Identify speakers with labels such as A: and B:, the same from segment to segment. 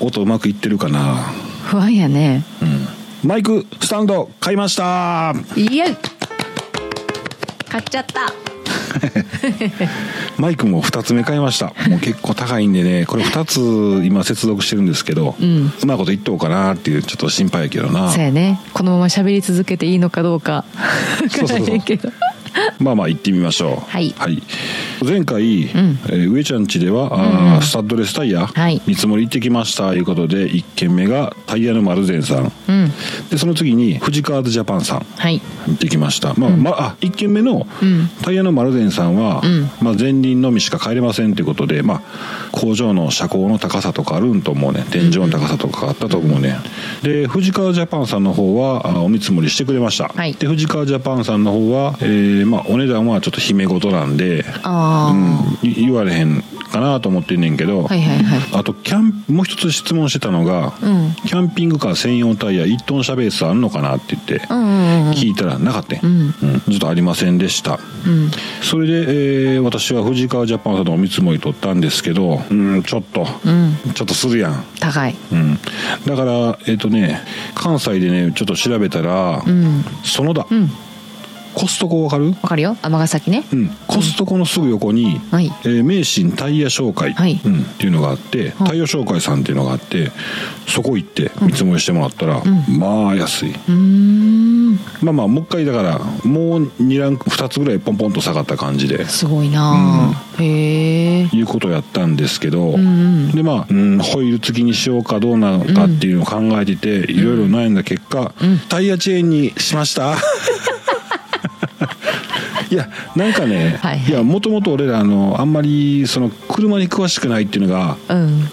A: 音うまくいってるかな
B: 不安やね
A: マイクスタンド買いました
B: いや買っちゃった
A: マイクも2つ目買いま したもう結構高いんでねこれ2つ今接続してるんですけど、うまいこと言っとうかなっていうちょっと心配やけどな
B: そうやねこのまま喋り続けていいのかどうか分
A: そうそうそ
B: か
A: う
B: らへんけど
A: まあまあ行ってみましょう
B: はい
A: 前回、
B: ん
A: えー上ちゃん家ではあー、スタッドレスタイヤ、
B: はい
A: 見積もり行ってきましたということで1軒目がタイヤの丸善さん
B: うん
A: でその次に富士カーズジャパンさん
B: はい
A: 行ってきました、まあまあ、1軒目の
B: うん
A: タイヤの丸善さんは、
B: うん
A: まあ、前輪のみしか帰れませんということで、まあ、工場の車高の高さとかあるんと思うね天井の高さとかあったと思うね、で藤川ジャパンさんの方はあお見積もりしてくれました、
B: はい
A: で藤川ジャパンさんの方は、えーまあ、お値段はちょっと姫事なんで、
B: あ
A: う
B: あ、
A: ん、い言われへんかなと思ってんねんけど、
B: はいはいはい
A: あとキャンもう一つ質問してたのが、
B: うん
A: キャンピングカー専用タイヤ1トン車ベースあんのかなって言って、
B: うんうんうん
A: 聞いたらなかった、
B: うん
A: うんちょっとありませんでした
B: うん
A: それで、えー私は藤川ジャパンさんのお見積もり取ったんですけどうんちょっと、
B: うん
A: ちょっとするやん
B: 高い
A: うん、だからえっ、とね関西でねちょっと調べたら、
B: うん
A: そのだ、
B: うん
A: コストコわかる
B: わかるよ尼崎ね
A: うん、コストコのすぐ横に、
B: はい
A: えー名神タイヤ商会、
B: はい
A: うん、っていうのがあって、
B: い
A: タイヤ商会さんっていうのがあってそこ行って見積もりしてもらったら、まあ安いう
B: ーん
A: まあまあもう一回だからもう2ランク2つぐらいポンポンと下がった感じです
B: ごいなあ、へえ
A: いうことをやったんですけど、
B: んうん
A: でまあ、うん、ホイール付きにしようかどうなのかっていうのを考えてて、いろいろ悩んだ結果、タイヤチェーンにしました いやなんかね、
B: はいはい
A: やもともと俺らあのあんまりその車に詳しくないっていうのが
B: うん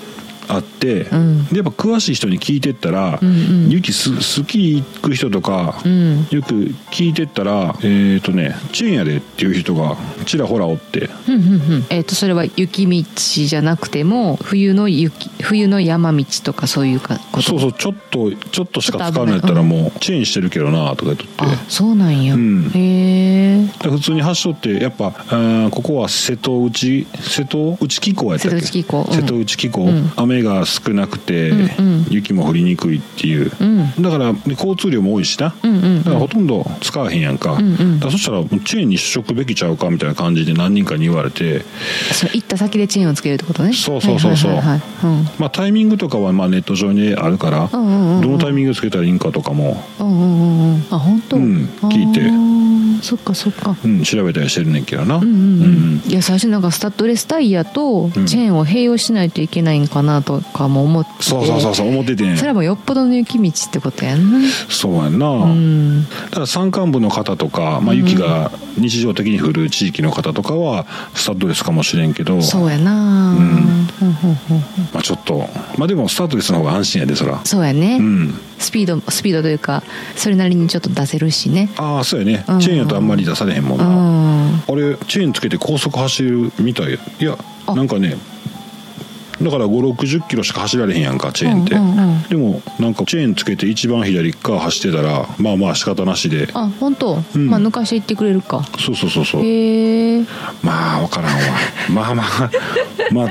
A: あって、
B: ん
A: でやっぱ詳しい人に聞いてったら、
B: うんうん
A: 雪すスキー行く人とか、
B: うん
A: よく聞いてったらえっ、とねチェーンやでっていう人がちらほらおって
B: ふんふんふんえっ、とそれは雪道じゃなくても冬の雪冬の山道とかそういうかこと
A: そうそうちょっとちょっとしか使わないやった
B: ちょっ
A: ら
B: と危
A: もうチェーンしてるけどなとか言っとって
B: あそうなんや、
A: うん
B: へえ
A: で普通に発祥ってやっぱうんここは瀬戸内瀬戸内気候やったっけ
B: 瀬戸内気候うん
A: 瀬戸内気候
B: うん
A: 雨が少なくて、
B: うんうん
A: 雪も降りにくいっていう、
B: うん
A: だからで交通量も多いしな、
B: うんうんう
A: だ
B: ん
A: からほとんど使わへんやんか,、
B: んう
A: そ
B: ん
A: したらもうチェーンに試食べきちゃうかみたいな感じで何人かに言われて
B: その行った先でチェーンをつけるってことね
A: そうそうそうそう
B: はいはいはいはい
A: まあ、タイミングとかはまあネット上にあるから、
B: うんうんうんうん
A: どのタイミングつけたらいいんかとかも、
B: うんうんうんうんあ本当、
A: うん聞いて
B: あーそっかそっか
A: うん、調べたりしてるねんけどな、
B: うんうんう
A: うん
B: ん、いや最初なんかスタッドレスタイヤとチェーンを併用しないといけないんかなとかも思って、
A: そうそうそうそう思っててん
B: それはもうよっぽどの雪道ってことやんな
A: そうやんな、
B: うん
A: ただ山間部の方とか、まあ、雪が日常的に降る地域の方とかはスタッドレスかもしれんけど、
B: そうやな、
A: うん
B: ふんふんふんふん
A: まあ、ちょっとまあでもスタッドレスの方が安心やでそら
B: そうやね、
A: うん
B: スピードスピードというかそれなりにちょっと出せるしね
A: ああそうやね
B: うん
A: チェーンやとあんまり出されへんもん
B: う
A: な、
B: ん
A: あれチェーンつけて高速走るみたいいや
B: あ
A: なんかねだから5 6 0キロしか走られへんやんかチェーンって、
B: うんうんうん
A: でもなんかチェーンつけて一番左側走ってたらまあまあ仕方なしで
B: あ本当、
A: ん
B: まあ抜かしていってくれるか
A: そうそうそうそう
B: へえ
A: まあ分からんわまあまあ まあ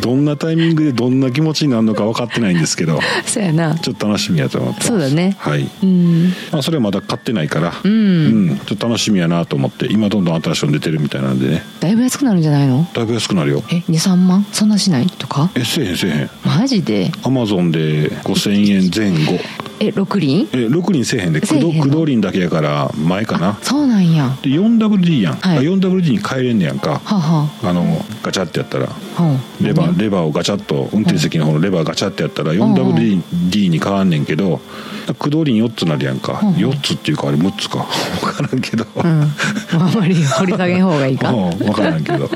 A: どんなタイミングでどんな気持ちになるのか分かってないんですけど
B: そうやな
A: ちょっと楽しみやと思ってます
B: そうだね
A: はい、
B: うん
A: まあ、それはまだ買ってないから
B: う、ん、
A: うんちょっと楽しみやなと思って今どんどん新しいの出てるみたいなんでね
B: だいぶ安くなるんじゃないの
A: だいぶ安くなるよ
B: え23万そんなしないとか
A: えせえへんせえへん
B: マジで
A: アマゾンで5000円前後
B: え6輪
A: え6輪せえへんで
B: せえへんの
A: 工藤輪だけやから前かな
B: そうなんやは
A: で 4WD やん、
B: はい
A: あ 4WD に変えれんねやんか
B: あ、は
A: あのガチャってやったら
B: あはあ
A: レバーレバーをガチャッと運転席の方のレバーガチャってやったら
B: ん
A: 4WD に変わんねんけど工藤輪4つなるやんか
B: うんうん
A: 4つっていうかあれ6つか 分からんけど
B: うんあんまり掘り下げん方がいいか
A: 分からんけど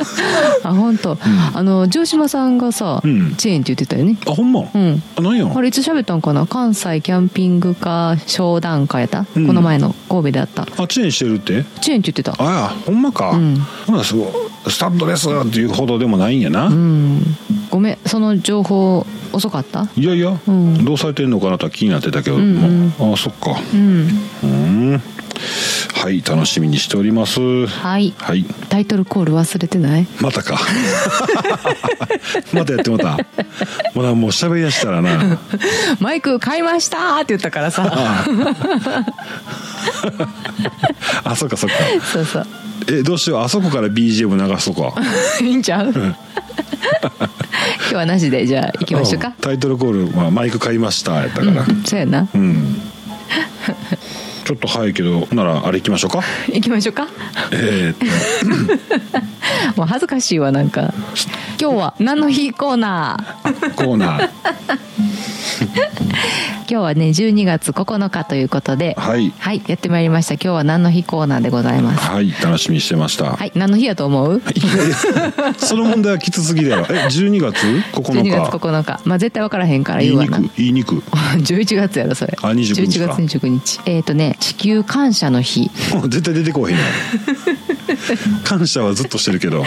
B: あ本当、あの城島さんがさ、
A: うん
B: チェーンって言ってたよね
A: あほんま、
B: うん
A: あなんや
B: あれいつ喋ったんかな関西キャンピングカー商談会やった、
A: うん
B: この前の神戸であった
A: あチェーンしてるって
B: チェーンって言ってた
A: ああほんまか、
B: うん
A: ほなすごいスタッドレスっていうほどでもないんやな、
B: うんごめんその情報遅かった
A: いやいや、
B: うん
A: どうされてんのかなとは気になってたけど、
B: うんうん
A: もうああそっか
B: うん
A: うんははい楽しみにしております
B: はい
A: はい
B: タイトルコール忘れてない
A: またかまたやってもうたまだもう喋りだしたらな
B: マイク買いましたって言ったからさ
A: あそっかそっか
B: そうそう
A: えどうしようあそこから BGM 流すとか
B: いいんちゃう 今日はなしでじゃあ行きましょう
A: うん
B: か
A: タイトルコール、まあ、マイク買いましたやったから
B: うんそうやな
A: うん、ちょっと早いけどほんならあれ行きましょうか
B: 行きましょうか
A: えーっと
B: もう恥ずかしいわなんか今日は何の日コーナー
A: コーナー
B: 今日はね12月9日ということでは
A: はい
B: やってまいりました今日は何の日コーナーでございます
A: はい楽しみにしてました、
B: はい何の日やと思う
A: いきなり その問題はきつすぎだよえ12月9
B: 12月
A: 日
B: 9日まあ絶対分からへんから
A: 言
B: 言
A: いう
B: わ
A: に
B: な
A: く言いにく
B: 11月やろそれ
A: あ29日か
B: 11月29日えっ、とね地球感謝 の日
A: もう絶対出てこうへんやん 感謝はずっとしてるけど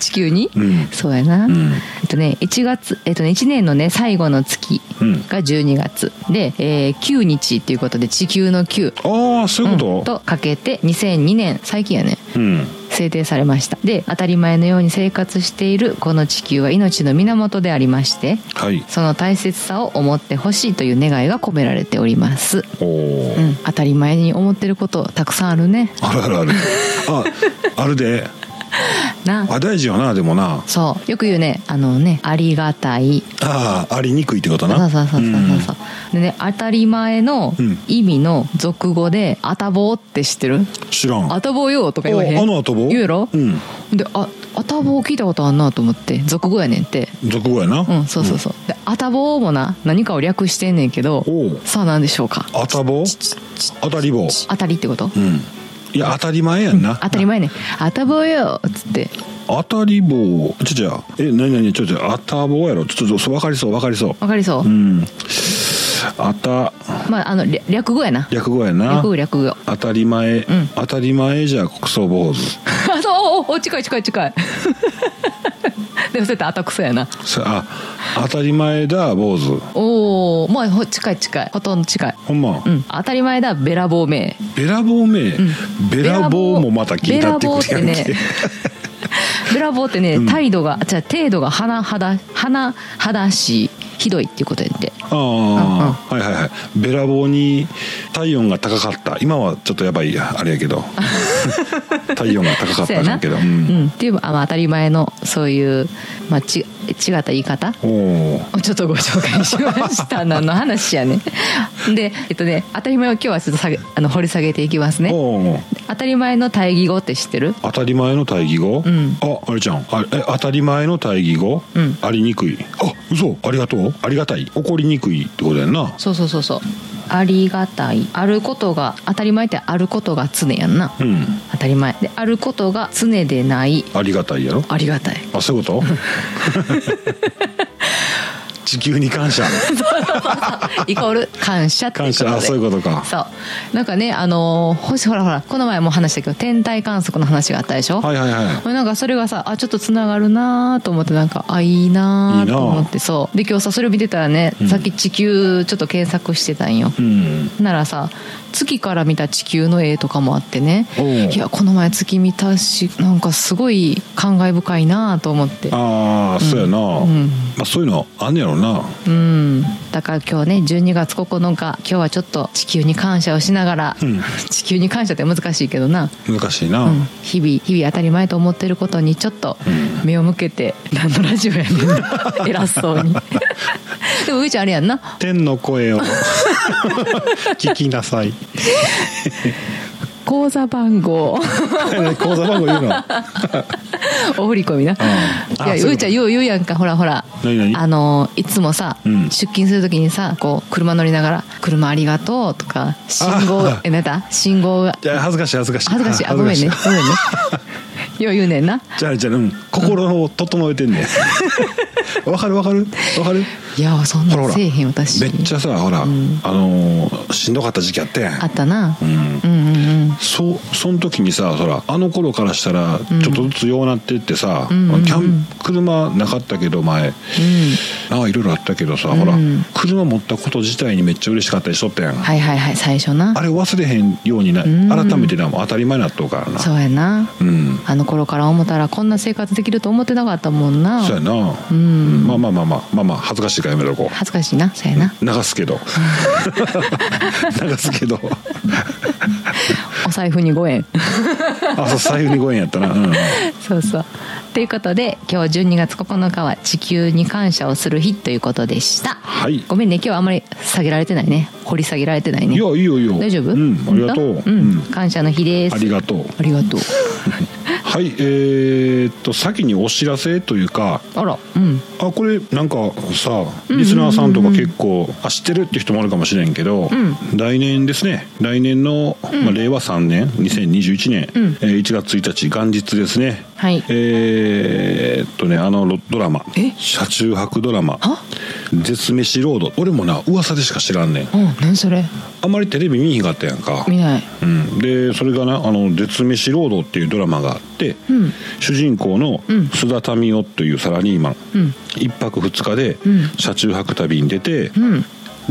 B: 地球に、
A: うん
B: そうやな、
A: ん
B: えっとね1月えっとね1年のね最後の月が12月、で、えー9日っていうことで地球の9
A: ああそういう
B: う
A: こ
B: ん
A: と
B: とかけて2002年最近やね
A: うん、
B: 制定されましたで当たり前のように生活しているこの地球は命の源でありまして
A: はい
B: その大切さを思ってほしいという願いが込められております
A: おお、
B: うん、当たり前に思ってることたくさんあるね
A: あるあるあ るああるで
B: な
A: あ大事よなでもな
B: そうよく言うねあのねありがたい
A: ああありにくいってこと
B: そう
A: な
B: そうそうそ
A: う
B: う
A: ん
B: そう、でね当たり前の
A: うん
B: 意味の俗語で「あたぼう」って知ってる
A: 知らん
B: あたぼうよとか言わへん
A: おあのあたぼう
B: 言うやろ、
A: うん
B: でああたぼう聞いたことあんなと思って俗語やねんって
A: 俗語やな、
B: うんそうそうそう、であたぼうもな何かを略してんねんけど
A: おう
B: さあ何でしょうか
A: あたぼうあたりぼう
B: 当たりってこと、
A: うんいや当たり前やんな、
B: 当たり前ね「あたぼうよ」っつって
A: 当たり棒ちょちょえ何何ちょちょ当た棒やろちょちょそう分かりそう分かりそ
B: わかりそう、
A: ううんあた
B: まああの略略語やな
A: 略語やな
B: 略語略語
A: 当たり前、
B: ん
A: 当たり前じゃクソ坊主
B: あ そうおお近い近い近い でもそうやってあたくそやな
A: そあ当たり前だ坊主
B: おおまあほ近い近いほとんど近い
A: ほんま、
B: うん当たり前だべらぼうめ
A: べらぼうめ、べらぼうもまた気になってくるやん
B: べらぼうって
A: け、
B: ねべらぼうってね、態度がじゃあ程度が鼻肌鼻肌しいひどいっていうことやって
A: ああ、はいはいはいべらぼうに体温が高かった今はちょっとやばいあれや けど体温が高かった
B: そうや
A: ん
B: な
A: やけど、う、
B: うんん、っていう、あまあ、当たり前のそういう、まあ、ち違った言い方
A: おお
B: をちょっとご紹介しました何の話やねでえっとね当たり前を今日はちょっと下げあの掘り下げていきますね
A: おお
B: 当たり前の対義語って知ってる
A: 当たり前の対義語、
B: ん
A: ああれちゃんあえ当たり前の対義語、
B: うん
A: ありにくいあ嘘ありがとうありがたい怒りにくいってことやんな
B: そうそうそうそうありがたいあることが当たり前ってあることが常やんな、
A: うん
B: 当たり前であることが常でない
A: ありがたいやろ
B: ありがたい
A: あそういうこと地球に 感謝
B: イコール感謝ってい
A: 感
B: うことで
A: 謝あそういうことか
B: そうなんかねあのーほしほらほらこの前も話したけど天体観測の話があったでしょ、
A: はいはいは
B: なんかそれがさあちょっとつながるなーと思ってなんかあいいない
A: いな
B: ー
A: あ
B: と思ってそうで今日さそれを見てたらね、さっき地球ちょっと検索してたんよ
A: いうん
B: ならさ月から見た地球の絵とかもあってね
A: おう
B: いやこの前月見たしなんかすごい感慨深いなと思って
A: ああそうやな、
B: ん
A: まあ、そういうのあんねやろな
B: うんだから今日ね12月9日今日はちょっと地球に感謝をしながら、
A: うん
B: 地球に感謝って難しいけどな、
A: 難しいな、
B: うん日々日々当たり前と思ってることにちょっと目を向けて、何のラジオやね ん偉そうに でもうーちゃんあれやんな
A: 天の声 を聞きなさい
B: 口座 番号
A: 口座番号 言うの
B: お振り込みな、
A: あ
B: いや
A: そういうこと
B: うーちゃんよう言うやんかほらほら
A: 何々
B: あのいつもさ、
A: うん
B: 出勤するときにさこう車乗りながら「車ありがとう」とか信 号
A: あ
B: えなんだ信号が
A: いや恥ずかしい恥ずかしい
B: 恥ずかしいあごめんね
A: 恥ずかしい
B: ごめんね よう言うねんな
A: じゃあじゃあ、うん、心を整えてんねんわかるわかるわかる
B: いやそん
A: ほら
B: な
A: ほら
B: せえへん私
A: めっちゃさほら、
B: うん
A: あのーしんどかった時期あってん
B: あったな、
A: うん
B: うん、うんうん
A: そその時にさほらあの頃からしたら
B: ん
A: ちょっとずつようなってってさ、
B: うんうんうん
A: キャン車なかったけど前なんかいろいろあったけどさ、ほら
B: うん
A: 車持ったこと自体にめっちゃ嬉しかったりしとったやん、
B: はいはいはい最初な
A: あれ忘れへんようにな、
B: うん
A: 改めてなもう当たり前になっとうからな
B: そうやな
A: うん
B: あの頃から思ったらこんな生活できると思ってなかったもんな
A: そうやな、
B: うん
A: まあまあまあまあまあまあ恥ずかしいからやめとこう
B: 恥ずかしいなそうやな
A: 流すけど 流すけど
B: お財布に5円
A: あそう財布にご縁やったな、うん、
B: そうそうということで今日12月9日は地球に感謝をする日ということでした
A: はい
B: ごめんね今日はあんまり下げられてないね掘り下げられてないね
A: いやいいよいいよ
B: 大丈夫、
A: うん、ありがとう、
B: 本当うん、感謝の日です
A: ありがとう
B: ありがとう
A: はいえー、っと先にお知らせというか
B: あらうん
A: あこれなんかさリスナーさんとか結構あ知ってるって人もあるかもしれんけど、
B: ん
A: 来年ですね来年の、まあ、令和3年2021年、
B: うん
A: えー1月1日元日ですね
B: はい
A: えーっとねあのロドラマ
B: え
A: 車中泊ドラマ
B: あ
A: 「絶飯ロード」俺もな噂でしか知らんねん
B: うん何それ
A: あんまりテレビ見ひんかったやんか
B: 見ない
A: うん、でそれがな「あの絶飯ロード」っていうドラマがあって、
B: うん
A: 主人公の
B: うん
A: 須田民生というサラリーマン、
B: うん
A: 一泊二日で
B: うん
A: 車中泊旅に出て、
B: うん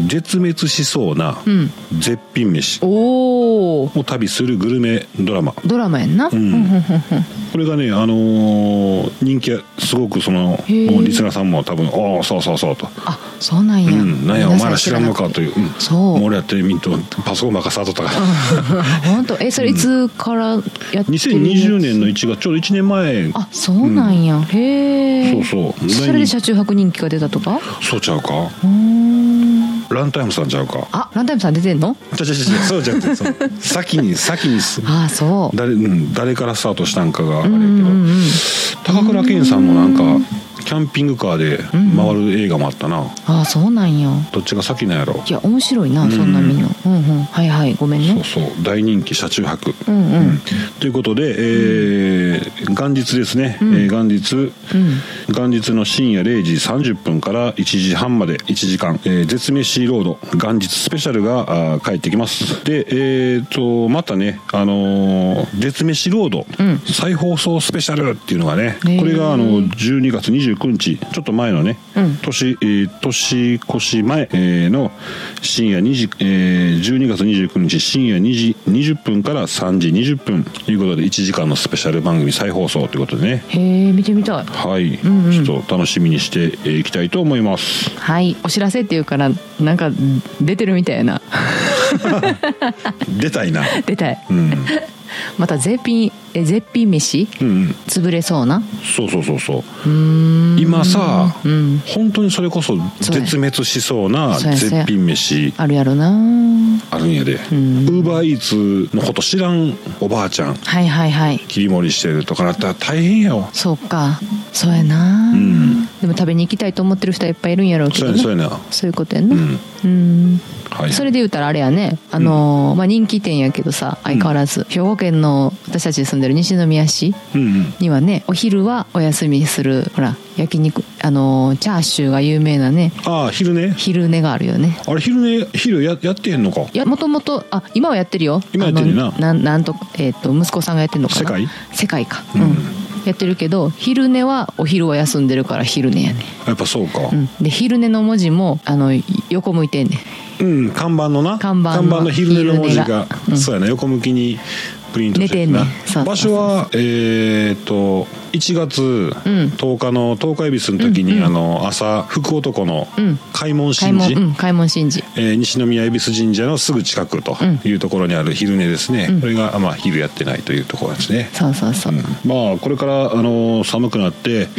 A: 絶滅しそうな
B: うん
A: 絶品飯
B: おお
A: を旅するグルメドラマ
B: ドラマやんな、うんんうんうんうん
A: これがね、あのー人気すごくそのも
B: へえ
A: うリスナーさんも多分「ああそうそうそう」と。
B: あそうなんや、
A: うん、なんやお前ら知らんのかという、うん、
B: そう
A: も俺やってみんとパソコン任さとったから
B: 本当えそれいつからやってる
A: 2020年の1月ちょうど1年前
B: あそうなんや、へえ
A: そうそう
B: それで車中泊人気が出たとか
A: そうちゃうか
B: うーん
A: ランタイムさんちゃうか
B: あランタイムさん出てんの
A: ちゃちゃちゃちゃそうじゃなくてその先に先にす
B: ああそう
A: 誰,、うん、誰からスタートしたんかがあれやけど、
B: うんうんうん
A: 高倉健さんもなんかキャンピングカーで回る映画もあったな、
B: ああそうなんや
A: どっちが先なんやろ
B: いや面白いなそんなみんなうんうんはいはいごめん
A: そう
B: ね
A: そう大人気車中泊、
B: うんうんうん
A: ということで、えー元日ですね、
B: ん
A: えー元日、元日の深夜0時30分から1時半まで1時間、えー絶飯ロード元日スペシャルがあー帰ってきますでえー、とまたね、あのー絶飯ロード、
B: うん
A: 再放送スペシャルっていうのがね、
B: へー
A: これがあの12月29日ちょっと前のね、
B: うん
A: 年えー年越し前、えーの深夜2時、えー12月29日深夜2時20分から3時20分ということで1時間のスペシャル番組再放送ということでね
B: へえ見てみたい
A: はい、
B: んうん
A: ちょっと楽しみにしてえーいきたいと思います
B: はいお知らせっていうからなんか出てるみたいやな
A: 出たいな
B: 出たい
A: うん、
B: また絶品え絶品飯
A: うんうん、
B: 潰れそうな
A: そうそうそうそう
B: うーん
A: 今さ、
B: うん
A: 本当にそれこそ
B: そうや
A: 絶滅しそうな
B: そうやそう
A: 絶
B: や
A: 品飯
B: あるやろな
A: あるんやでウ
B: ん
A: ーバーイーツのこと知らんおばあちゃん
B: はいはいはい
A: 切り盛りしてるとかなったら大変やわ
B: そうかそうやな、
A: うん
B: でも食べに行きたいと思ってる人はいっぱいいるんやろうけ
A: そう
B: ど、
A: や
B: ね、
A: ね
B: そ
A: そううやな
B: いうことやな
A: うん
B: うん
A: はい
B: それで言うたらあれやね、あのーまあ、人気店やけどさ相変わらず、兵庫県の私たち住んでる西宮市
A: うんうん
B: にはねお昼はお休みするほら焼肉あのーチャーシューが有名なね
A: ああ昼寝
B: 昼寝があるよね
A: あれ昼寝昼ややってへんのか
B: いやもともとあ今はやってるよ
A: 今やってるな
B: あのなんなんと,、えー、と息子さんがやってるのかな
A: 世界
B: 世界か、
A: う
B: うんんやってるけど昼寝はお昼は休んでるから昼寝やね、
A: やっぱそうか
B: うん、で昼寝の文字もあの横向いてんね
A: うん看板のな
B: 看板の
A: 昼寝の文字
B: 昼寝
A: が
B: がうん
A: そうやな横向きにプリントしてる
B: 出てんね
A: なん
B: そうそうそう
A: 場所はえーっと1月
B: ん
A: 10日の東海日の時にあの朝福男の
B: うん
A: 開門
B: 開
A: 神
B: 門
A: 事
B: うん開門神事
A: えー西宮恵比寿神社のすぐ近くと
B: うん
A: いうところにある昼寝ですね、これが、まあ、昼やってないというところですね、
B: そうそうそう、
A: まあこれから、あのー寒くなって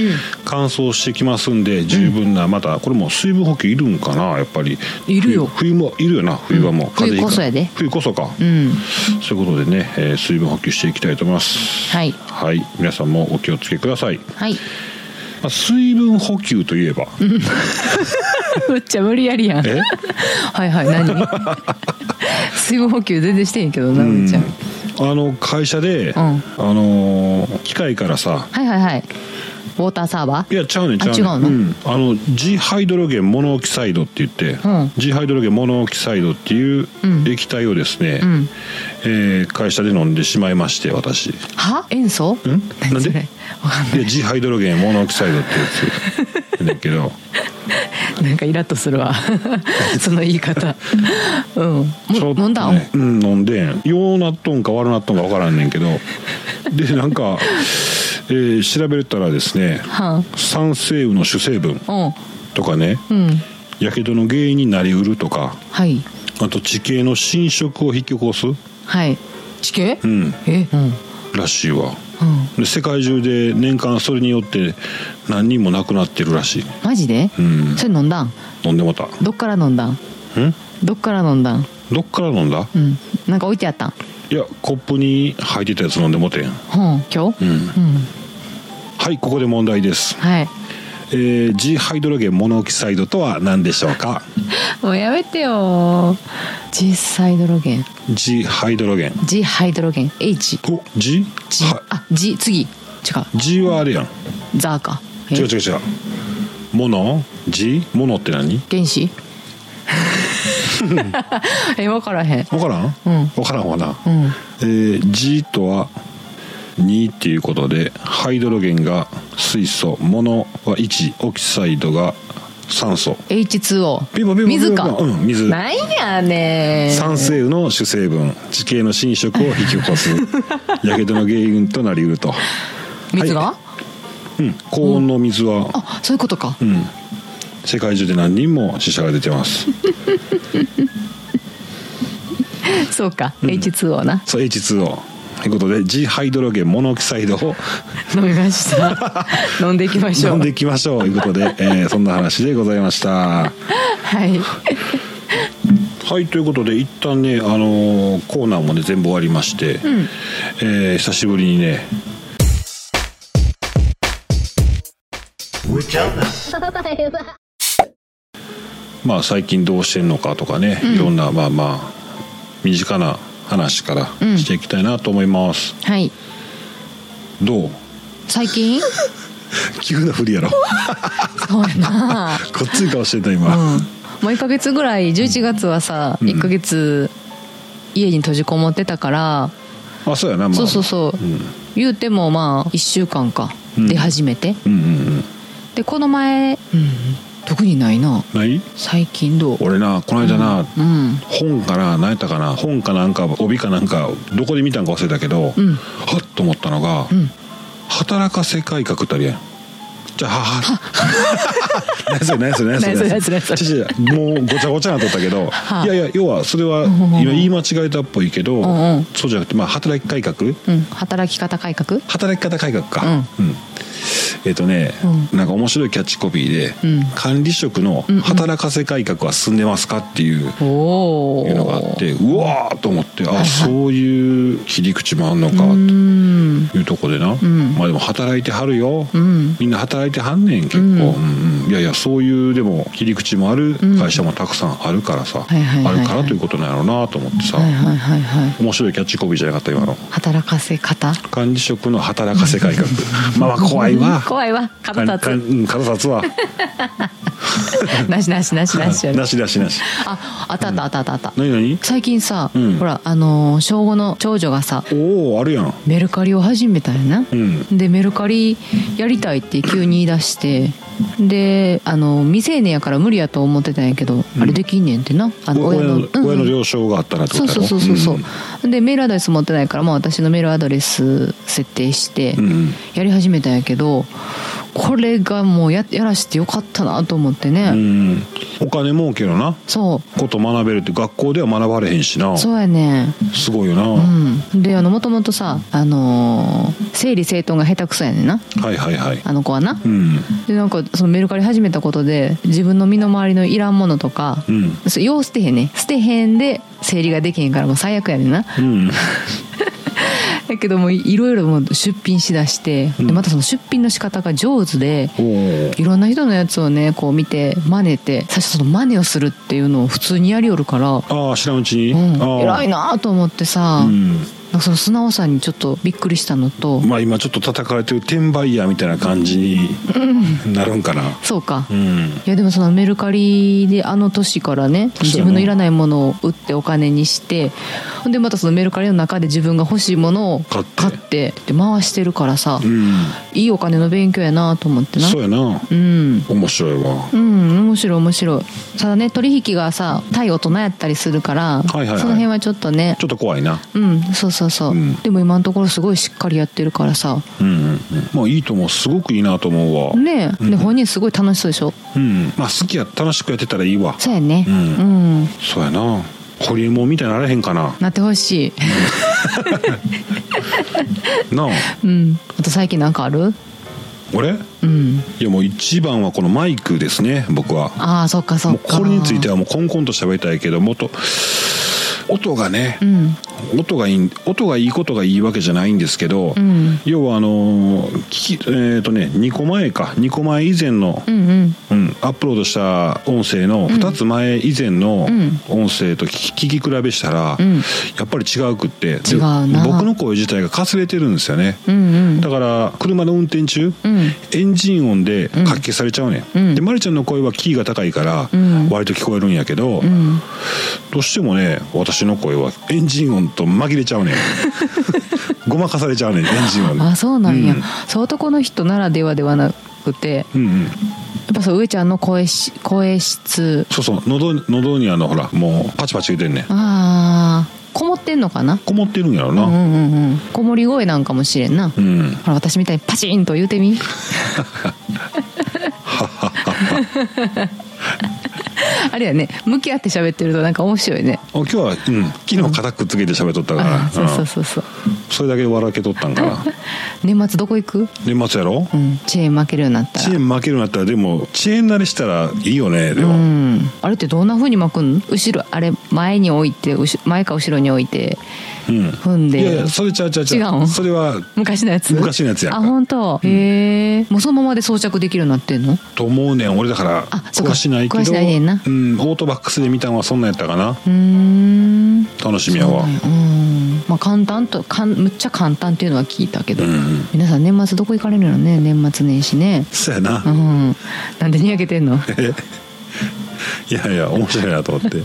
A: 乾燥してきますんで十分な、またこれも水分補給いるんかなやっぱり
B: いるよ
A: 冬冬もいるよな冬はもう、
B: うん冬こそやで
A: 風邪ひくから冬こそか、
B: うん
A: そういうことでね、えー水分補給していきたいと思います
B: はい
A: はい皆さんもお気をつけください、
B: はい
A: まあ、水分補給といえば、
B: むっちゃ無理やりやん
A: え
B: はいはい何 水分補給全然してへんけどなむっちゃん
A: あの会社で、
B: ん
A: あのー機械からさ
B: はいはいはいウォーターサーバー
A: いやちゃうねんちゃうねん
B: あ違うの
A: んあのジハイドロゲンモノオキサイドって言って、
B: うん
A: ジハイドロゲンモノオキサイドっていう
B: うん
A: 液体をですね、
B: うん
A: えー会社で飲んでしまいまして 私
B: は塩素
A: んなん
B: 何
A: で
B: それわかん
A: でジハイドロゲンモノオキサイドってやつだけど
B: ないなんかイラッと するわその言い方うん
A: ちょ
B: も
A: っとね
B: 飲んだん
A: うん飲んでんようなっとんか悪なっとんか分からんねんけどでなんか、えー調べたらですね
B: は
A: 酸性雨の主成分
B: ん
A: とかね
B: うんうん
A: やけどの原因になりうるとか
B: はい
A: あと地形の侵食を引き起こす
B: はい地形、
A: うん
B: えうんうん
A: らしいわで世界中で年間それによって何人も亡くなってるらしい
B: マジで、
A: うん
B: それ飲んだん
A: 飲んでもたん
B: どっから飲んだんどっから飲んだん
A: どっから飲んだ
B: うんなんか置いてあったん
A: いやコップに入ってたやつ飲んでもてんは
B: うん今日
A: うん
B: ん
A: いここで問題です、
B: はい
A: えー、ジハイドロゲンモノオキサイドとは何でしょうか
B: もうやめてよジハイドロゲン
A: ジハイドロゲン
B: ジハイドロゲン H
A: おジ
B: ジ
A: は
B: あジ次違う
A: G はあれやん
B: ザーかえ
A: 違う違う違うモノジモノって何
B: 原子え分からへん
A: 分からん、
B: うん
A: 分からんわな、
B: うん
A: えー G とは2っていうことでハイドロゲンが水素モノは1オキサイドが酸素
B: H2O
A: ピンポンピンポンピンポン
B: 水か
A: うん水
B: なんやねん
A: 酸性雨の主成分地形の侵食を引き起こ すやけどの原因となりうると、
B: 水が、
A: はうん、高温の水は、
B: あそういうことか、
A: うん、世界中で何人も死者が出てます
B: そうか、H2O な
A: そう H2O ということで G ハイドロゲンモノオキサイドを
B: 飲みました 飲んでいきましょう
A: 飲んでいきましょうということで、えーそんな話でございました。
B: はい
A: はいということで一旦ね、あのーコーナーもね全部終わりまして、えー久しぶりにね
C: Uchana.
A: まあ最近どうしてんのかとかね、いろんなまあまあ身近な話から
B: うん
A: していきたいなと思います、
B: はい
A: どう
B: 最近
A: 急な振りやろこ
B: そうやな
A: っつい顔してた今、
B: うんもう1ヶ月ぐらい11月はさ、
A: ん
B: 1ヶ月家に閉じこもってたから、
A: あそうやなまあ
B: そうそうそう、
A: ん
B: 言うてもまあ1週間か、
A: うん
B: 出始めて
A: うんうんうん
B: でこの前、特にないな
A: ない
B: 最近どう
A: 俺なこの間な、
B: うん
A: 本かな何やったかな本かなんか帯かなんかどこで見たんか忘れたけど、
B: うん
A: はっと思ったのが、
B: うん
A: 働かせ改革ってあるやんじゃあはは 何それ何それ何それ
B: 何それ何それ
A: 違う違うもうごちゃごちゃなっとったけど、
B: はい
A: やいや要はそれは
B: んうんうん
A: 今言い間違えたっぽいけど、
B: んうん
A: そうじゃなくてまあ働き改革
B: うん働き方改革
A: 働き方改革か、うんえっ、とね、なんか面白いキャッチコピーで、
B: うん
A: 管理職の働かせ改革は進んでますかっていう
B: おお
A: いうのがあってうわーと思ってあそういう切り口もあんのかと
B: うん
A: いうとこでな、
B: ん
A: まあでも働いてはるよ、
B: ん
A: みんな働いてはんねん結構、
B: うん
A: うんうんいやいやそういうでも切り口もある会社もたくさんあるからさ、
B: はいはいはいはい
A: あるからということなんやろうなと思ってさ、
B: はいはいはいはい
A: 面白いキャッチコピーじゃなかった今の
B: 働かせ方
A: 管理職の働かせ改革 まあまあ怖いわ
B: 怖いわ肩
A: かん
B: 立
A: かんうん肩立つわ
B: つなしなしなしなし
A: なしなしなし
B: ああったあったあったあったあった
A: 何何
B: 最近さ、
A: うん
B: ほらあのー小5の長女がさ
A: おおあるやん
B: メルカリを始めたよな、
A: うん
B: でメルカリやりたいって急に言い出してであの未成年やから無理やと思ってたんやけど、あれできんねんってなあ
A: お親の,、
B: うんうん
A: 親の了承があったらって
B: そ
A: こ
B: う
A: とや
B: そ
A: ろ
B: うそうそうそう、
A: ん
B: でメールアドレス持ってないから、まあ、私のメールアドレス設定して
A: うんうん
B: やり始めたんやけどこれがもうややらしてよかったなと思ってね、
A: うんお金儲けのな
B: そ
A: こと学べるって学校では学ばれへんしな
B: う
A: す
B: そうやねん
A: ごいよな、
B: うん、であのもともとさ、あのー整理整頓が下手くそやねんな
A: はいはいはい
B: あの子はな
A: うん
B: でなんかそのメルカリ始めたことで自分の身の回りのいらんものとか、
A: うん
B: そうよう捨てへんね捨てへんで整理ができへんからもう最悪やねんな
A: うん
B: だけどもういろいろもう出品しだして、
A: うん
B: でまたその出品の仕方が上手で
A: おお
B: いろんな人のやつをねこう見て真似て最初その真似をするっていうのを普通にやりよるから、
A: ああ知らんうちに、
B: うん、
A: ああ
B: 偉いなと思ってさ、
A: うん
B: なんかその素直さにちょっとびっくりしたのと、
A: まあ今ちょっと叩かれてる転売ヤーみたいな感じになるんかな
B: そうか、
A: うん
B: いやでもそのメルカリであの年からね自分のいらないものを売ってお金にしてほんでまたそのメルカリの中で自分が欲しいものを
A: 買って
B: 買ってで回してるからさ、
A: うん
B: いいお金の勉強やなと思ってな
A: そうやな
B: うん
A: 面白いわ
B: うん面白い面白いただね取引がさ対大人やったりするから、
A: いはいはい
B: その辺はちょっとね
A: ちょっと怖いな
B: うんそうそうそう、
A: うん
B: でも今のところすごいしっかりやってるからさ
A: うんうんうんまあいいと思うすごくいいなと思うわ
B: ねえ、で本人すごい楽しそうでしょ
A: うんまあ好きや楽しくやってたらいいわ
B: そうやね
A: う
B: うんん、
A: そうやなホリエモンみたいにならへんかな
B: なってほしい
A: なあ
B: うんあと最近なんかある
A: 俺
B: うん
A: いやもう一番はこのマイクですね僕は
B: ああそっかそ
A: も
B: っ
A: う
B: か
A: これについてはもうコンコンと喋りたいけどもっと音がね
B: う、ん
A: 音がいい音がいいことがいいわけじゃないんですけど、
B: うん
A: 要はあのー聞きえっ、とね2個前か2個前以前の、
B: うんうん
A: うんアップロードした音声の2つ前以前の
B: うん
A: 音声と聞き聞き比べしたら、
B: うん
A: やっぱり違うくってで
B: 違うな
A: 僕の声自体がかすれてるんですよね、
B: うん
A: だから車の運転中、
B: うん
A: エンジン音でかき消されちゃうね、、
B: うんん
A: でまりちゃんの声はキーが高いから
B: うん
A: 割と聞こえるんやけど、
B: うんうん
A: どうしてもね私の声はエンジン音と紛れちゃうねん ごまかされちゃうねんエンジン音で
B: あそうなんや、
A: うん
B: そう男の人ならではではなくてやっ
A: うんうん
B: ぱそう上ちゃんの声し声質
A: そうそう喉喉にあのほらもうパチパチ言うてんねん
B: ああこもってんのかな
A: こもってるんやろ
B: う
A: な、
B: んうんうんこもり声なんかもしれんな、
A: うん
B: ほら私みたいにパチンと言うてみ あれやね向き合って喋ってるとなんか面白いね
A: あ今日は、うん、昨日肩くっつけて喋っとったから、
B: あそうそううんそうそう
A: それだけで笑けとったんか な
B: 年末どこ行く、
A: 年末やろ、
B: うん、チェーン負けるようになったら
A: 遅延負けるようになったらでも遅延慣れしたらいいよねで
B: う
A: も、
B: ん、あれってどんな風に巻くん後ろあれ前に置いて後前か後ろに置いて
A: うん
B: 踏んで
A: いやいやそれちゃうちゃうちゃ
B: 違うん
A: それは
B: 昔のやつ
A: 昔のやつやんか
B: あ本当、へえもうそのままで装着できるようになってんの
A: と思うねん俺だから
B: あそうか
A: 詳しないけど
B: 詳しないねんな
A: うん、オートバックスで見たんはそんなんやったかな
B: うーん
A: 楽しみやわ
B: そうなんやうんまあ簡単とかんむっちゃ簡単っていうのは聞いたけど、
A: うんうん
B: 皆さん年末どこ行かれるのね年末年始ね
A: そうやな、
B: うんなんでにやけてんの
A: いやいや面白いなと思 って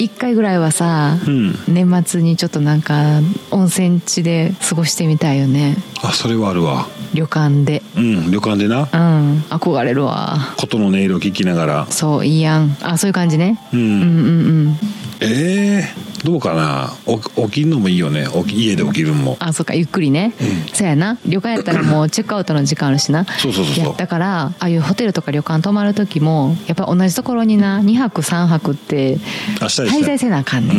B: 一回ぐらいはさ、
A: うん
B: 年末にちょっとなんか温泉地で過ごしてみたいよね
A: あそれはあるわ
B: 旅館で
A: うん旅館でな
B: うん憧れるわ
A: 琴の音色聞きながら
B: そういいやんあそういう感じね、
A: うん、
B: うん、うんうん
A: ええどうかなお起きるのもいいよね起き家で起きるのも
B: あそうかゆっくりね、そうやな旅館やったらもうチェ ックアウトの時間あるしな
A: そうそうそうそう
B: いやだからああいうホテルとか旅館泊まる時もやっぱり同じところにな2泊3泊って
A: あしたいしたい
B: 滞在せなあかんね、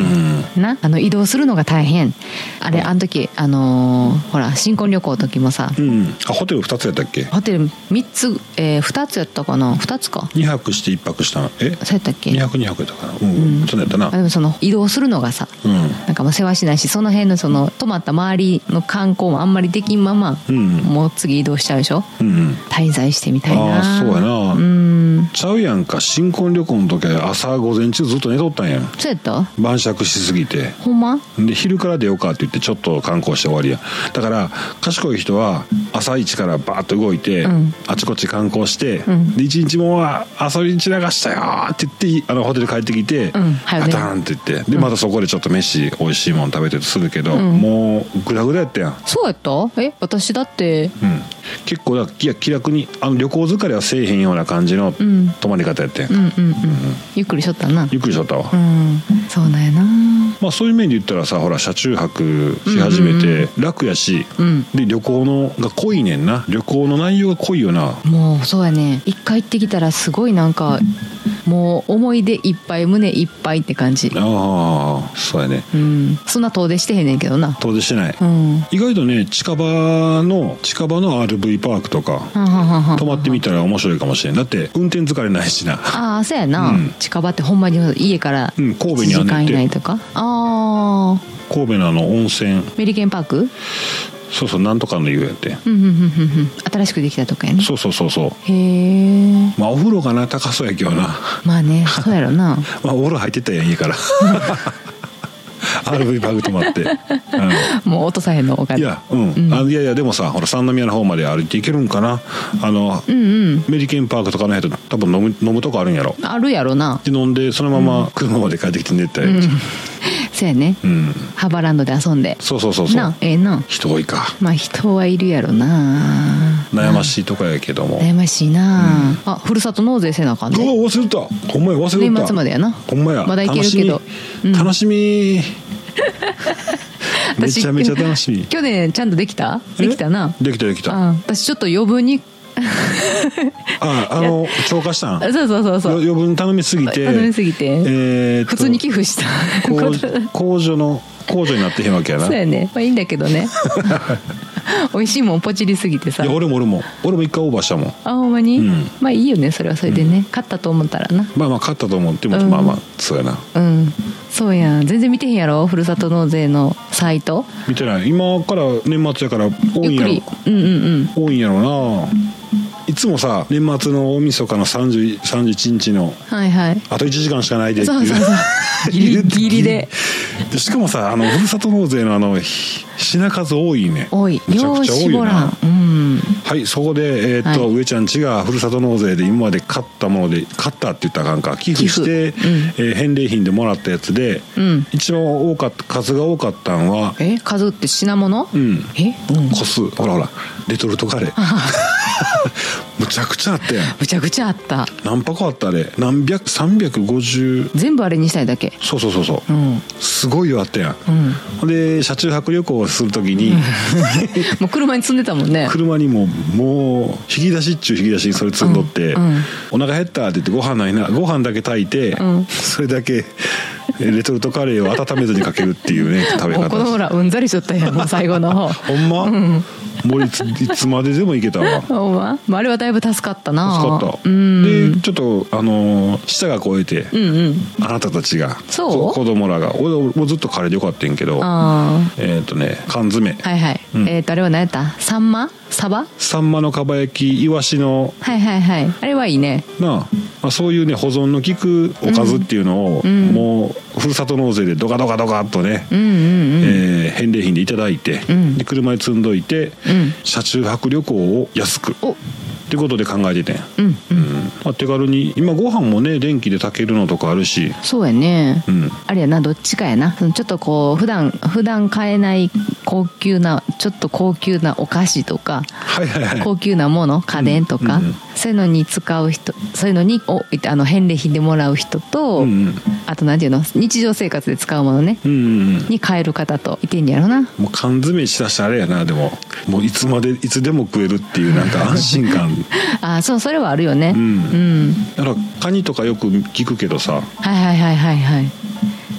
A: うん
B: なあの移動するのが大変あれあの時あのーほら新婚旅行の時もさ、
A: うんあホテル2つやったっけ
B: ホテル3つ、え2つやったかな2つか
A: 2泊して1泊したのえ
B: そうやったっけ
A: 2泊2泊やったかなうん、そうやったな
B: あでもその移動するのがさ
A: うん
B: なんかもう世話しないしその辺のその泊まった周りの観光もあんまりできんまま、
A: うん
B: もう次移動しちゃうでしょ
A: うんうん
B: 滞在してみたいな
A: あーそうやな
B: うん
A: ちゃうやんか新婚旅行の時は朝午前中ずっと寝とったんやん
B: そうやった
A: 晩酌しすぎて
B: ほんま
A: で昼から出ようかって言ってちょっと観光して終わりやだから賢い人は朝一からバーッと動いて、
B: うん
A: あちこち観光して、
B: ん
A: で一日もは遊びに散らかしたよーって言ってあのホテル帰ってきて、
B: うん早
A: パ
B: 寝
A: ターンって言ってでまたそこでちょっと飯美味しいもん食べてするけど、
B: ん
A: もうグラグラやったやん
B: そうやったえ私だって
A: うん、結構だいや気楽にあの旅行疲れはせえへんような感じの
B: ん
A: 泊まり方やってん、
B: うんうんうんゆっくりしとったな
A: ゆっくりしとったわ、
B: うんそうなんやな
A: まあ、そういう面で言ったらさほら車中泊し始めて楽やし、
B: うん
A: で旅行のが濃いねんな旅行の内容が濃いよな
B: もうそうやね一回行ってきたらすごいなんかもう思い出いっぱい胸いっぱいって感じ
A: ああそうやね
B: うんそんな遠出してへんねんけどな
A: 遠出してない、
B: うん
A: 意外とね近場の近場の RV パークとか
B: はんはんはんはん
A: 泊まってみたら面白いかもしれんだって運転疲れないしな
B: ああそうやな、
A: うん
B: 近場ってほんまに家から
A: うん
B: 1
A: 神戸にあ
B: 時
A: んねん
B: 間
A: て
B: 以内とか、ああ
A: 神戸のあの温泉
B: メリケンパーク
A: そうそうなんとかの湯やって
B: うんうんうんうんうん新しくできたとかやね
A: そうそうそうそう
B: へえ
A: まあお風呂がな高そうやけどな
B: まあねそうやろな
A: まあ、お風呂入ってたやんいいから RV バグ止まって、う
B: もう落とさへんの
A: ん、
B: お
A: い
B: 金
A: やうん、あのいやいやでもさほら三宮の方まで歩いていけるんかなあの、
B: うんうん
A: メリケンパークとかの辺と多分飲む飲むとこあるんやろ
B: あるやろな
A: で飲んでそのまま車まで帰ってきて寝たり、うん
B: そうやねハバランドで遊んで
A: そうそうそうそ
B: な
A: う
B: あええな
A: 人多いか
B: まあ人はいるやろな
A: 悩ましいとこやけども
B: 悩ましいな、あふるさと納税せなあかん
A: うわ
B: ね
A: 忘れたほんまや忘れた
B: 年末までやな
A: ほんまや
B: まだいけるけど
A: 楽しみ、 楽しみめちゃめちゃ楽しみ
B: 去年ちゃんとできたできたな
A: えできたできたあ
B: あ私ちょっと余分に
A: あの超過したん
B: そうそうそうそう
A: よ余分頼みすぎて
B: 頼みすぎて
A: えーっと
B: 普通に寄付した
A: こう
B: こと
A: 控除の控除になってへんわけやな
B: そうやねまあいいんだけど ね美味しいもんポチりすぎてさ
A: いや俺も俺も俺も一回オーバーしたもん
B: あほんまに、
A: うん
B: まあいいよねそれはそれでね、勝ったと思ったらな
A: まあまあ勝ったと思っても、
B: うん
A: まあまあそうやな
B: うんそうやん全然見てへんやろふるさと納税のサイト
A: 見てない今から年末やから多いん
B: ゆっ
A: や
B: く
A: ろ
B: りうんうんうん
A: 多いんやろないつもさ年末の大晦日の30 31日の
B: はいはい
A: あと1時間しかないでってい
B: そうそうそ うギリギリで
A: でしかもさあのふるさと納税のあのひ品数多いね
B: 多い
A: めちゃ
B: よ
A: く
B: う
A: ちゃ多い
B: 絞
A: よ
B: ら
A: なん
B: うん
A: はいそこでえーっと、
B: はい
A: 上ちゃんちがふるさと納税で今まで買ったもので買ったって言ったらあかんか寄付して
B: 寄付うん
A: えー返礼品でもらったやつで、
B: うん
A: 一番多かった数が多かったんは
B: え数って品物、
A: うん
B: え、うん、
A: 個数ほらほらレトルトカレーむちゃくちゃあったやん
B: むちゃくちゃあった
A: 何箱あったあれ何百350
B: 全部あれにしたいだけ
A: そうそうそうそうう、
B: ん
A: すごいよあったやん
B: うん
A: ほんで車中泊旅行をするときに
B: もう車に積んでたもんね
A: 車にももう引き出しっちゅう引き出しにそれ積んどって「
B: うんうん
A: お腹減った」って言ってご飯ないなご飯だけ炊いて、
B: ん
A: それだけレトルトカレーを温めずにかけるっていうね 食べ
B: もう
A: 方
B: このほらうんざりしとっ たやんもう最後の方
A: ほんま、もういついつまででもいけたわ
B: ほんま、まあ、あれはだいぶ助かったな
A: 助かった
B: うん
A: でちょっとあのー舌が超えて、
B: うんうん
A: あなたたちが
B: そう
A: こ子供らが俺俺もずっとカレーでよかったんやけど
B: あ
A: えっ、とね缶詰、
B: あはいはい、
A: うん
B: えっ、とあれは何やったサンマサバ
A: サンマのかば焼きイワシの
B: はいはいはいあれはいいね
A: なあ、まあ、そういうね保存の効くおかずっていうのを、
B: ん
A: もうふるさと納税でドカドカドカっとね、
B: うんうんうん
A: えー返礼品でいただいて、
B: ん
A: で車に積んどいて、
B: うん
A: 車中泊旅行を安くっ
B: お
A: てことで考えててん、
B: うんう
A: うん
B: ん
A: まあ、手軽に今ご飯もね電気で炊けるのとかあるし
B: そうやね、
A: うん
B: あれやなどっちかやなそのちょっとこう普段普段買えない高級なちょっと高級なお菓子とか
A: はいはいはい
B: 高級なもの家電とか、
A: うんうん
B: そういうのに使う人そういうのにおあの返礼品でもらう人
A: う
B: と、
A: んうん
B: あと何ていうの日常生活で使うものね、
A: うんうんうん
B: に変える方といてんやろな
A: もう缶詰しだしたらあれやなでももういつまでいつでも食えるっていうなんか安心感
B: あそうそれはあるよね
A: う
B: うんん、
A: だからカニとかよく聞くけどさ
B: はいはいはいはいはい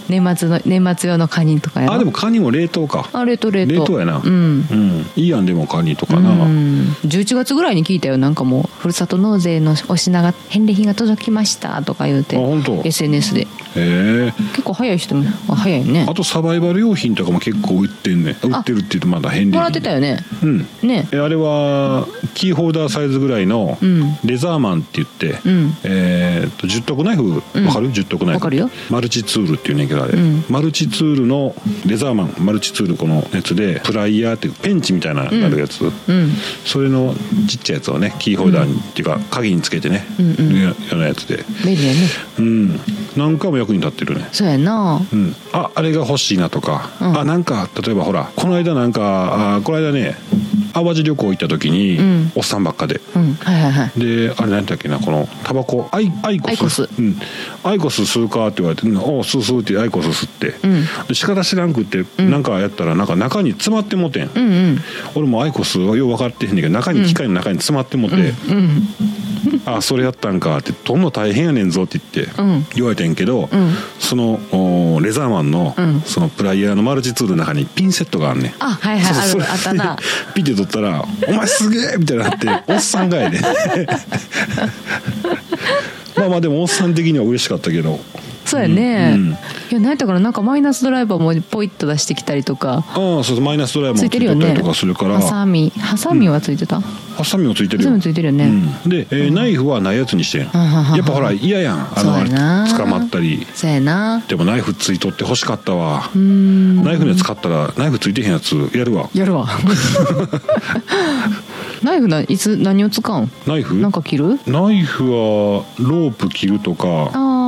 B: 年末の年末用のカニとかやろ
A: あでもカニも冷凍か
B: あ冷凍冷凍
A: 冷凍やな
B: うん
A: うん、いいやんでもカニとか
B: う
A: な、
B: ん、11月ぐらいに聞いたよなんかもうふるさと納税のお品が返礼品が届きましたとか言うて
A: あ本当
B: SNS で
A: へえ
B: 結構早い人もあ早いね
A: あとサバイバル用品とかも結構売ってんね売ってるって言うとまだ変
B: もらってたよね
A: うん
B: ね
A: えあれはキーホルダーサイズぐらいの
B: うん
A: レザーマンって言って、
B: うん
A: えーっと十徳ナイフわ
B: うん
A: かる、十徳ナイフ
B: わかるよ
A: マルチツールっていうねんけどあれ、
B: うん
A: マルチツールのレザーマンマルチツールこのやつでプライヤーっていうペンチみたいなのあるやつ、
B: うん
A: それのちっちゃいやつをねキーホルダーに、っていうか鍵につけてね、
B: うんうん
A: いうようなやつで
B: 便利やね
A: うん何回も役に立ってるね
B: そうやな
A: うん、ああれが欲しいなとか、
B: うん
A: あなんか例えばほらこの間なんかあこの間ね淡路旅行行った時に、
B: うん
A: おっさんばっかで
B: うんはいはいはい
A: であれ何だっけなこのタバコアイアイコス
B: アイコス
A: うん、アイコス吸うかって言われて「うんおう吸う吸う」ってアイコス吸って、
B: うん
A: で仕方知らんくって、
B: ん
A: なんかやったらなんか中に詰まってもてん、
B: うんうん
A: 俺もアイコスはよう分かってへんねんけど中に機械の中に詰まってもて、
B: うん
A: あそれやったんかってどんどん大変やねんぞって言って
B: うん
A: 言われてんけど、
B: うん
A: そのおーレザーマンの,、
B: うん
A: そのプライヤーのマルチツールの中にピンセットがあんねん。
B: あはいはいあ
A: そう
B: るあった な
A: それピンで取ったら「お前すげえ!」みたいになっておっさんがや ねまあまあでもおっさん的には嬉しかったけど
B: そうやね、
A: うんうん
B: いやないだからなんかマイナスドライバーもポイッと出してきたりとか
A: ああそうそうマイナスドライバー
B: つ
A: も
B: い
A: つ
B: て
A: い
B: る
A: て
B: よ
A: た
B: ね
A: りとかするから
B: ハサミハサミはついてた、
A: ハサミもついてる
B: ハサ
A: よ
B: ミついてるよね
A: うんで、えーナイフはないやつにしてんやっ
B: んはんはん
A: ぱほら嫌やんあ
B: そう
A: のあ
B: や
A: れ
B: な
A: 捕まったり
B: そうやな
A: でもナイフついとって欲しかったわ
B: うーん
A: ナイフのやつ買ったらナイフついてへんやつやるわ
B: やるわ ナイフないつ何を使うん
A: ナイフ
B: なんか切る
A: ナイフはロープ切るとか
B: あー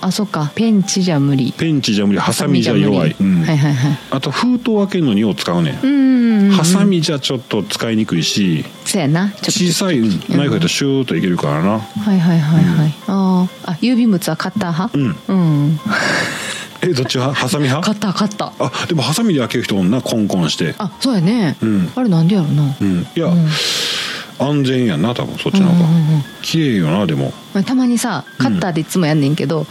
B: あそっかペンチじゃ無理
A: ペンチじゃ無理ハサミじゃ弱い、
B: 無理
A: うん
B: はいはいはい
A: あと封筒開けるのにを使うねん
B: うーん
A: ハサミじゃちょっと使いにくいし
B: そうやなちょ
A: 小
B: っ
A: さいうんナイフやったらシューッといけるからな
B: とはいはいはいはい、あーあ郵便物はカッター派うん、うん、
A: えどっち派ハサミ
B: カ
A: 派
B: ッターカッター
A: あでもハサミで開ける人おんなコンコンして
B: あそうやね、
A: うん
B: あれなんでやろな、
A: うんいや、安全やんな多分そっちの
B: うん
A: 方
B: うんうんう
A: が
B: ん
A: 綺麗よなでも
B: まあたまにさカッターでいつもやんねんけど、
A: うん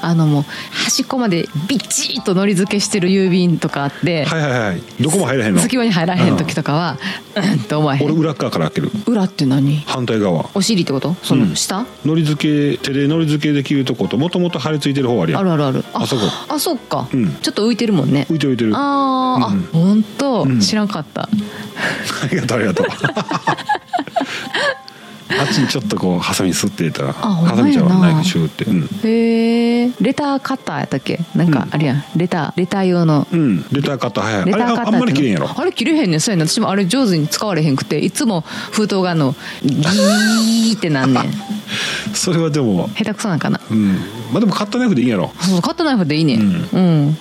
B: あのもう端っこまでビチッとのり付けしてる郵便とかあって、
A: はいはいはいどこも入らへんの
B: 隙間に入らへん時とかはうんって思えへ
A: 俺
B: ん
A: 裏っ側から開ける
B: 裏って何
A: 反対側
B: お尻ってことそ
A: うん
B: の下、
A: のり付け手でのり付けできるとこともともと張り付いてる方あるやん
B: あるあるある
A: あそこ
B: あそっか、
A: うん
B: ちょっと浮いてるもんね
A: 浮いてる浮いてるあ
B: あー、
A: うん
B: あ本当、
A: うん
B: 知らんかった
A: りがとうありがとうあっちにちょっとこうハサミすって入れたら
B: ほんま
A: ハ
B: やな
A: サミちゃうわナイフシューってうん、
B: へえレターカッターやったっけなんかあれやんレターレター用の
A: うん、レターカット早い
B: レター
A: あれ
B: カッ
A: あ
B: ター
A: あんまり
B: って
A: 綺麗やろ
B: あれ切れへんねんそうやねん私もあれ上手に使われへんくていつも封筒があのギーってな んねん
A: それはでも
B: 下手くそなんかな
A: うんまあでもカットナイフでいいんやろ
B: そうそうカットナイフでいいねんうん、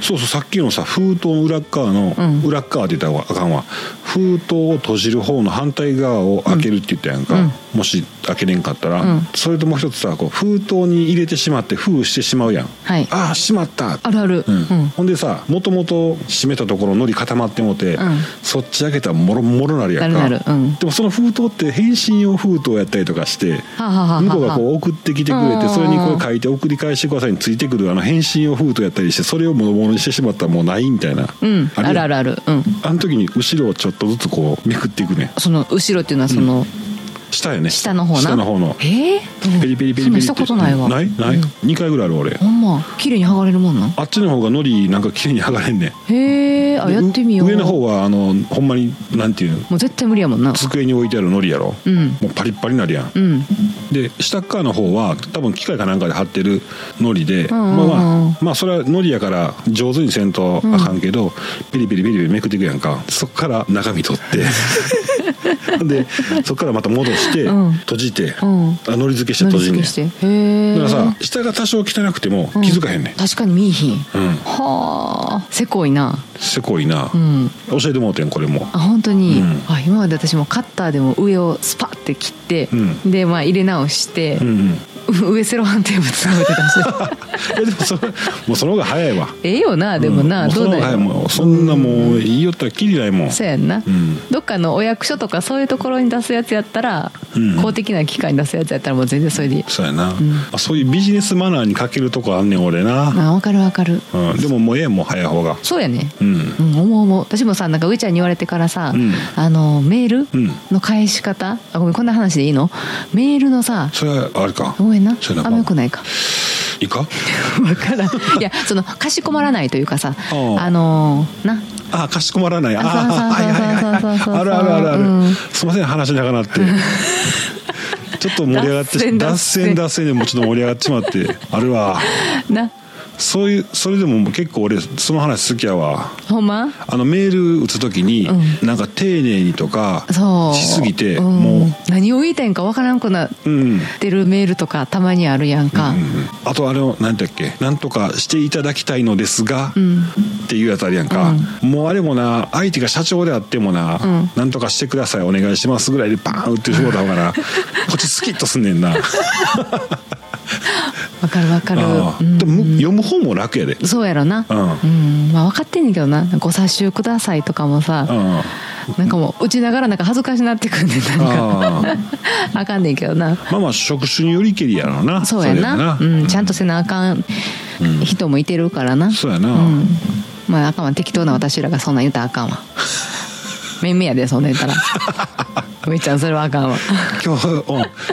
A: そうそうさっきのさ封筒の裏っ側の、
B: うん
A: 裏っ側って言ったらあかんわ封筒を閉じる方の反対側を開けるって言ったやんか、
B: うん
A: もし開けれんかったら、
B: うん
A: それともう一つさこう封筒に入れてしまって封してしまうやん、
B: はい
A: ああしまった
B: あるある
A: うん
B: うん
A: ほんでさもともと閉めたところのり固まってもて、
B: うん
A: そっち開けたらもろもろなるやんか
B: なるなるうん
A: でもその封筒って返信用封筒やったりとかして
B: はあはあはあはあ
A: 向こうがこう送ってきてくれ
B: うんうんう
A: て
B: ん
A: それにこう書いて送り返してくださいについてくるあの返信用封筒やったりしてそれをもろもろにしてしまったらもうないみたいな、
B: うん、あ
A: やん
B: るあるあるうん
A: あの時に後ろをちょっとずつこうめくっていくね
B: その後ろっていうのはその、
A: 下やね
B: 下の方な
A: 下の方の
B: えー、うん
A: ペリペリペリペリって
B: そんなしたことないわ
A: ないない、
B: うん
A: 2回ぐらいある俺
B: ほんま綺麗に剥がれるもんなん
A: あっちの方がのりなんか綺麗に剥がれんねん
B: へえあやってみよう
A: 上の方はあのほんまになんていうの
B: もう絶対無理やもんな
A: 机に置いてあるのりやろ、
B: うん
A: もうパリッパリになるやん
B: うん
A: で下っ側の方は多分機械かなんかで貼ってるのりで、
B: んうんうん
A: まあまあまあそれはのりやから上手にせんとあかんけど、ピリピリピリピリめくっていくやんかそっから中身取って でそっからまた戻して、
B: うん
A: 閉じて、
B: ん
A: あのり付けして
B: 乗り
A: 閉じん
B: 付
A: ねん
B: けしてへえ
A: だからさ下が多少汚くても気づかへんねん、
B: 確かに見えひん
A: うん
B: はあせこいな
A: せこいな、
B: うん
A: 教えてもうてんこれも
B: あ本当に、
A: うん
B: あ今まで私もカッターでも上をスパッて切って、
A: う
B: でまあ入れ直して
A: うん、、うん、いう
B: 上セロハンテープつまめて出 して
A: やでもそれもうその方が早いわ
B: ええよなでもな、
A: うん
B: どうだよ
A: もうそんなもうもう言いよったらきりないもん
B: そうやんな、
A: うん
B: どっかのお役所とかそういうところに出すやつやったら、
A: うん
B: 公的な機関に出すやつやったらもう全然それでいい
A: そうやな、
B: ん
A: あそういうビジネスマナーに欠けるとこあんねん俺な、
B: あわかるわかる
A: うん、でももうええもう早い方が
B: そうやね
A: うん
B: うん、思う思う私もさなんか上ちゃんに言われてからさ、
A: うん
B: あのメール
A: うん
B: の返し方、あごめんこんな話でいいのメールのさ
A: それはあれか
B: ごめんな
A: それ
B: あんまよく
A: い
B: ないか
A: いか
B: わからんいやそのかしこまらないというかさ
A: うん
B: あのな
A: あかしこまらないああ
B: あ
A: はいはいはい
B: そうそうそうそうそう
A: はいあるあるあるある、
B: うん
A: すいません話長なってちょっと盛り上がって
B: 脱線
A: 脱
B: 脱
A: 線
B: 線
A: 脱線でもうちょっと盛り上がっちまってあるわ
B: な
A: そういうそれでも結構俺その話好きやわ
B: ほんま
A: あのメール打つ時に、
B: う
A: なんか丁寧にとか
B: そう
A: しすぎて、
B: うん
A: も
B: 何を言いたいんかわからんくなっ
A: ううん
B: てるメールとかたまにあるやんか、
A: うんうんあとあれを何だっけ「なんとかしていただきたいのですが」
B: ん
A: っていうやつあるやんか、もうあれもな相手が社長であってもな「
B: ん
A: なんとかしてくださいお願いします」ぐらいでバーン打ってしもうた方 がなこっちスキッとすんねんな
B: わかるわかる、
A: ああ
B: うん
A: でもむ読む方も楽やで
B: そうやろな
A: うん
B: うんまあ分かってんねんけどな「ご察しください」とかもさ、
A: うん
B: なんかもう打ちながらなんか恥ずかしなってくんねんなん
A: あ
B: かあかんねんけどな
A: まあまあ職種によりけりやろうな
B: そうやな
A: それ
B: うん、ちゃんとせなあかん人もいてるからな、
A: そうやな、
B: うんまああ かんわ適当な私らがそんなん言うたらあかんわめんめやでそんなん言ったら上ちゃんそれはあ かんわ
A: 今日うん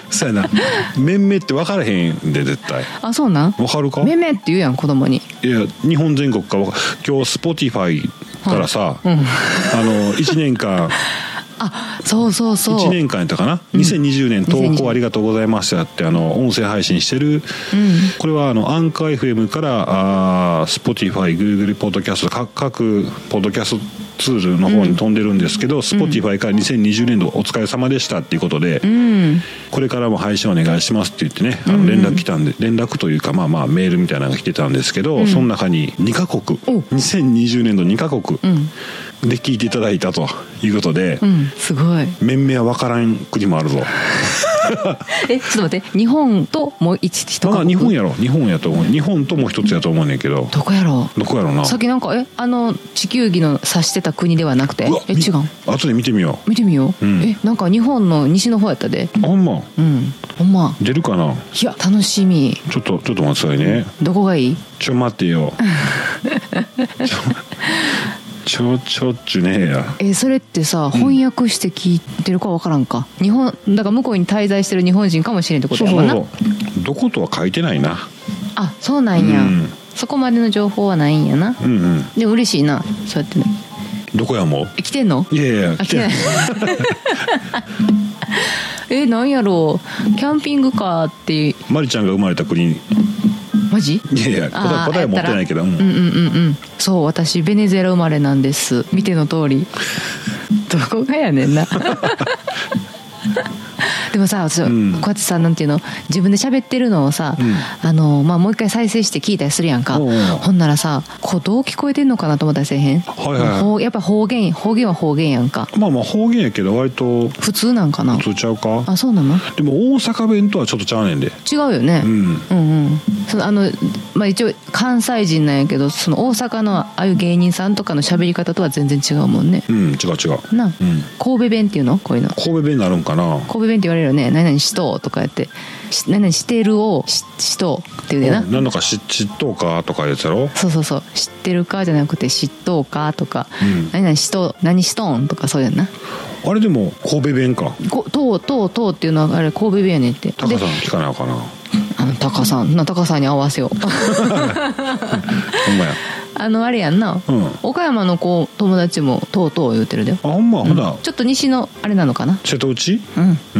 A: そうやな面々って分からへんで絶対
B: あそうなん
A: 分かるか
B: めめって言うやん子供に
A: いや日本全国かわか今日スポティファイからさ、あの1年間
B: あそうそうそう
A: 1年間やったかな、
B: うん
A: 2020年投
B: 2020
A: 稿ありがとうございましたってあの音声配信してる、これはあのアンカー FM からあー Spotify、Google ポッドキャスト各各ポッドキャストツールの方に飛んでるんですけど、Spotify から2020年度お疲れ様でしたっていうことで、
B: うん
A: これからも配信お願いしますって言ってねあの連絡来たんで、連絡というかまあまあメールみたいなのが来てたんですけど、その中に2カ国
B: お
A: 2020年度2カ国
B: ん
A: で聞いていただいたということで。
B: うんすごい
A: 面々は分からん国もあるぞ。
B: えちょっと待って日本ともう一一
A: まあ
B: か
A: 日本やろ、日本やと思う。日本とも一つやと思うねんけど。
B: どこやろう
A: どこやろな。
B: さっきなんかえあの地球儀の指してた国ではなくて
A: うわ
B: え
A: み
B: 違うん
A: 後で見てみよ
B: 見てみよう、
A: うん
B: えなんか日本の西の方やったで
A: う。あほんま。
B: うんほんま
A: 出るかな。
B: いや楽しみ
A: ちょっとちょっと待ってくださいね。
B: どこがいい
A: ちょ待って よ。ちょちょちょっちゅねえや。
B: えそれってさ翻訳して聞いてるかわからんか、日本だから向こうに滞在してる日本人かもしれんってこ
A: そ
B: と
A: う
B: やも
A: そ
B: ん
A: う
B: な
A: そう。どことは書いてないな。
B: あそうなんや、
A: うん
B: そこまでの情報はないんやな
A: うんうん。
B: でも嬉しいなそうやってね
A: どこやも
B: え来てんの
A: う。いやいや
B: あ
A: 来
B: 来て
A: て
B: ないえなんやろうキャンピングカーって
A: マリちゃんが生まれた国。い
B: マジ
A: やいや答
B: あ
A: え
B: ー
A: 答えは持ってないけど。う
B: うん
A: ん
B: うんうんうんそう私ベネズエラ生まれなんです見ての 通りどこがやねんなでもさ私、
A: ん
B: こうやってさなんていうの自分で喋ってるのをさ、
A: うん
B: あのまあ、もう一回再生して聞いたりするやんか
A: おうおう
B: ほんならさこうどう聞こえてんのかなと思ったりせえへん、
A: はいはい
B: ほうやっぱ方言方言は方言やんか
A: まあまあ方言やけど割と
B: 普通なんかな
A: 普通ちゃうか。
B: あそうなの
A: でも大阪弁とはちょっとちゃうねんで。
B: 違うよね、
A: うん。
B: うんうん、そのあの、まあ、一応関西人なんやけどその大阪のああいう芸人さんとかの喋り方とは全然違うもんね
A: うん違う違う。
B: な、
A: うん
B: 神戸弁っていうのこういうの
A: 神戸弁になるんかな。
B: 神戸弁って言われるよね「何々しとう」とかやって「し何々してるをししとう」って言うでな
A: うんなんだか知知っとうかとかいうやつやろ。
B: そうそうそう「知ってるか」じゃなくて「知っとうか」とか「
A: うん
B: 何々しとう何しとん」とかそうやんな
A: あれでも神戸弁か。
B: 「ことうとうとう」っていうのはあれ神戸弁やねんって
A: 高
B: で
A: さん聞かなあかんな。ほ
B: あのタカさんなタカさんに合わせよう
A: んまや。
B: あのあれやんな、
A: うん。
B: 岡山の子友達も「とうとう」言うてるで
A: あほんまほな
B: ちょっと西のあれなのかな
A: 瀬戸内？
B: うん
A: うー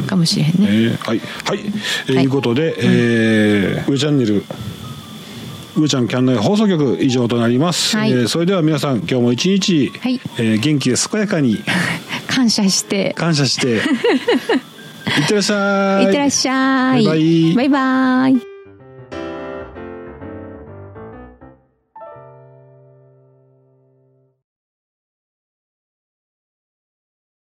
A: ん。
B: かもしれへん
A: え
B: ね、
A: ー、はいはい、えー
B: はい
A: いうことで、えー上チャンネル上ちゃんキャンナイ放送局以上となります、
B: はい
A: えーそれでは皆さん今日も一日、
B: はい
A: えー元気で健やかに
B: 感謝して
A: 感 謝していってらっしゃい
B: いってらっしゃい
A: バイバイ
B: バイバイ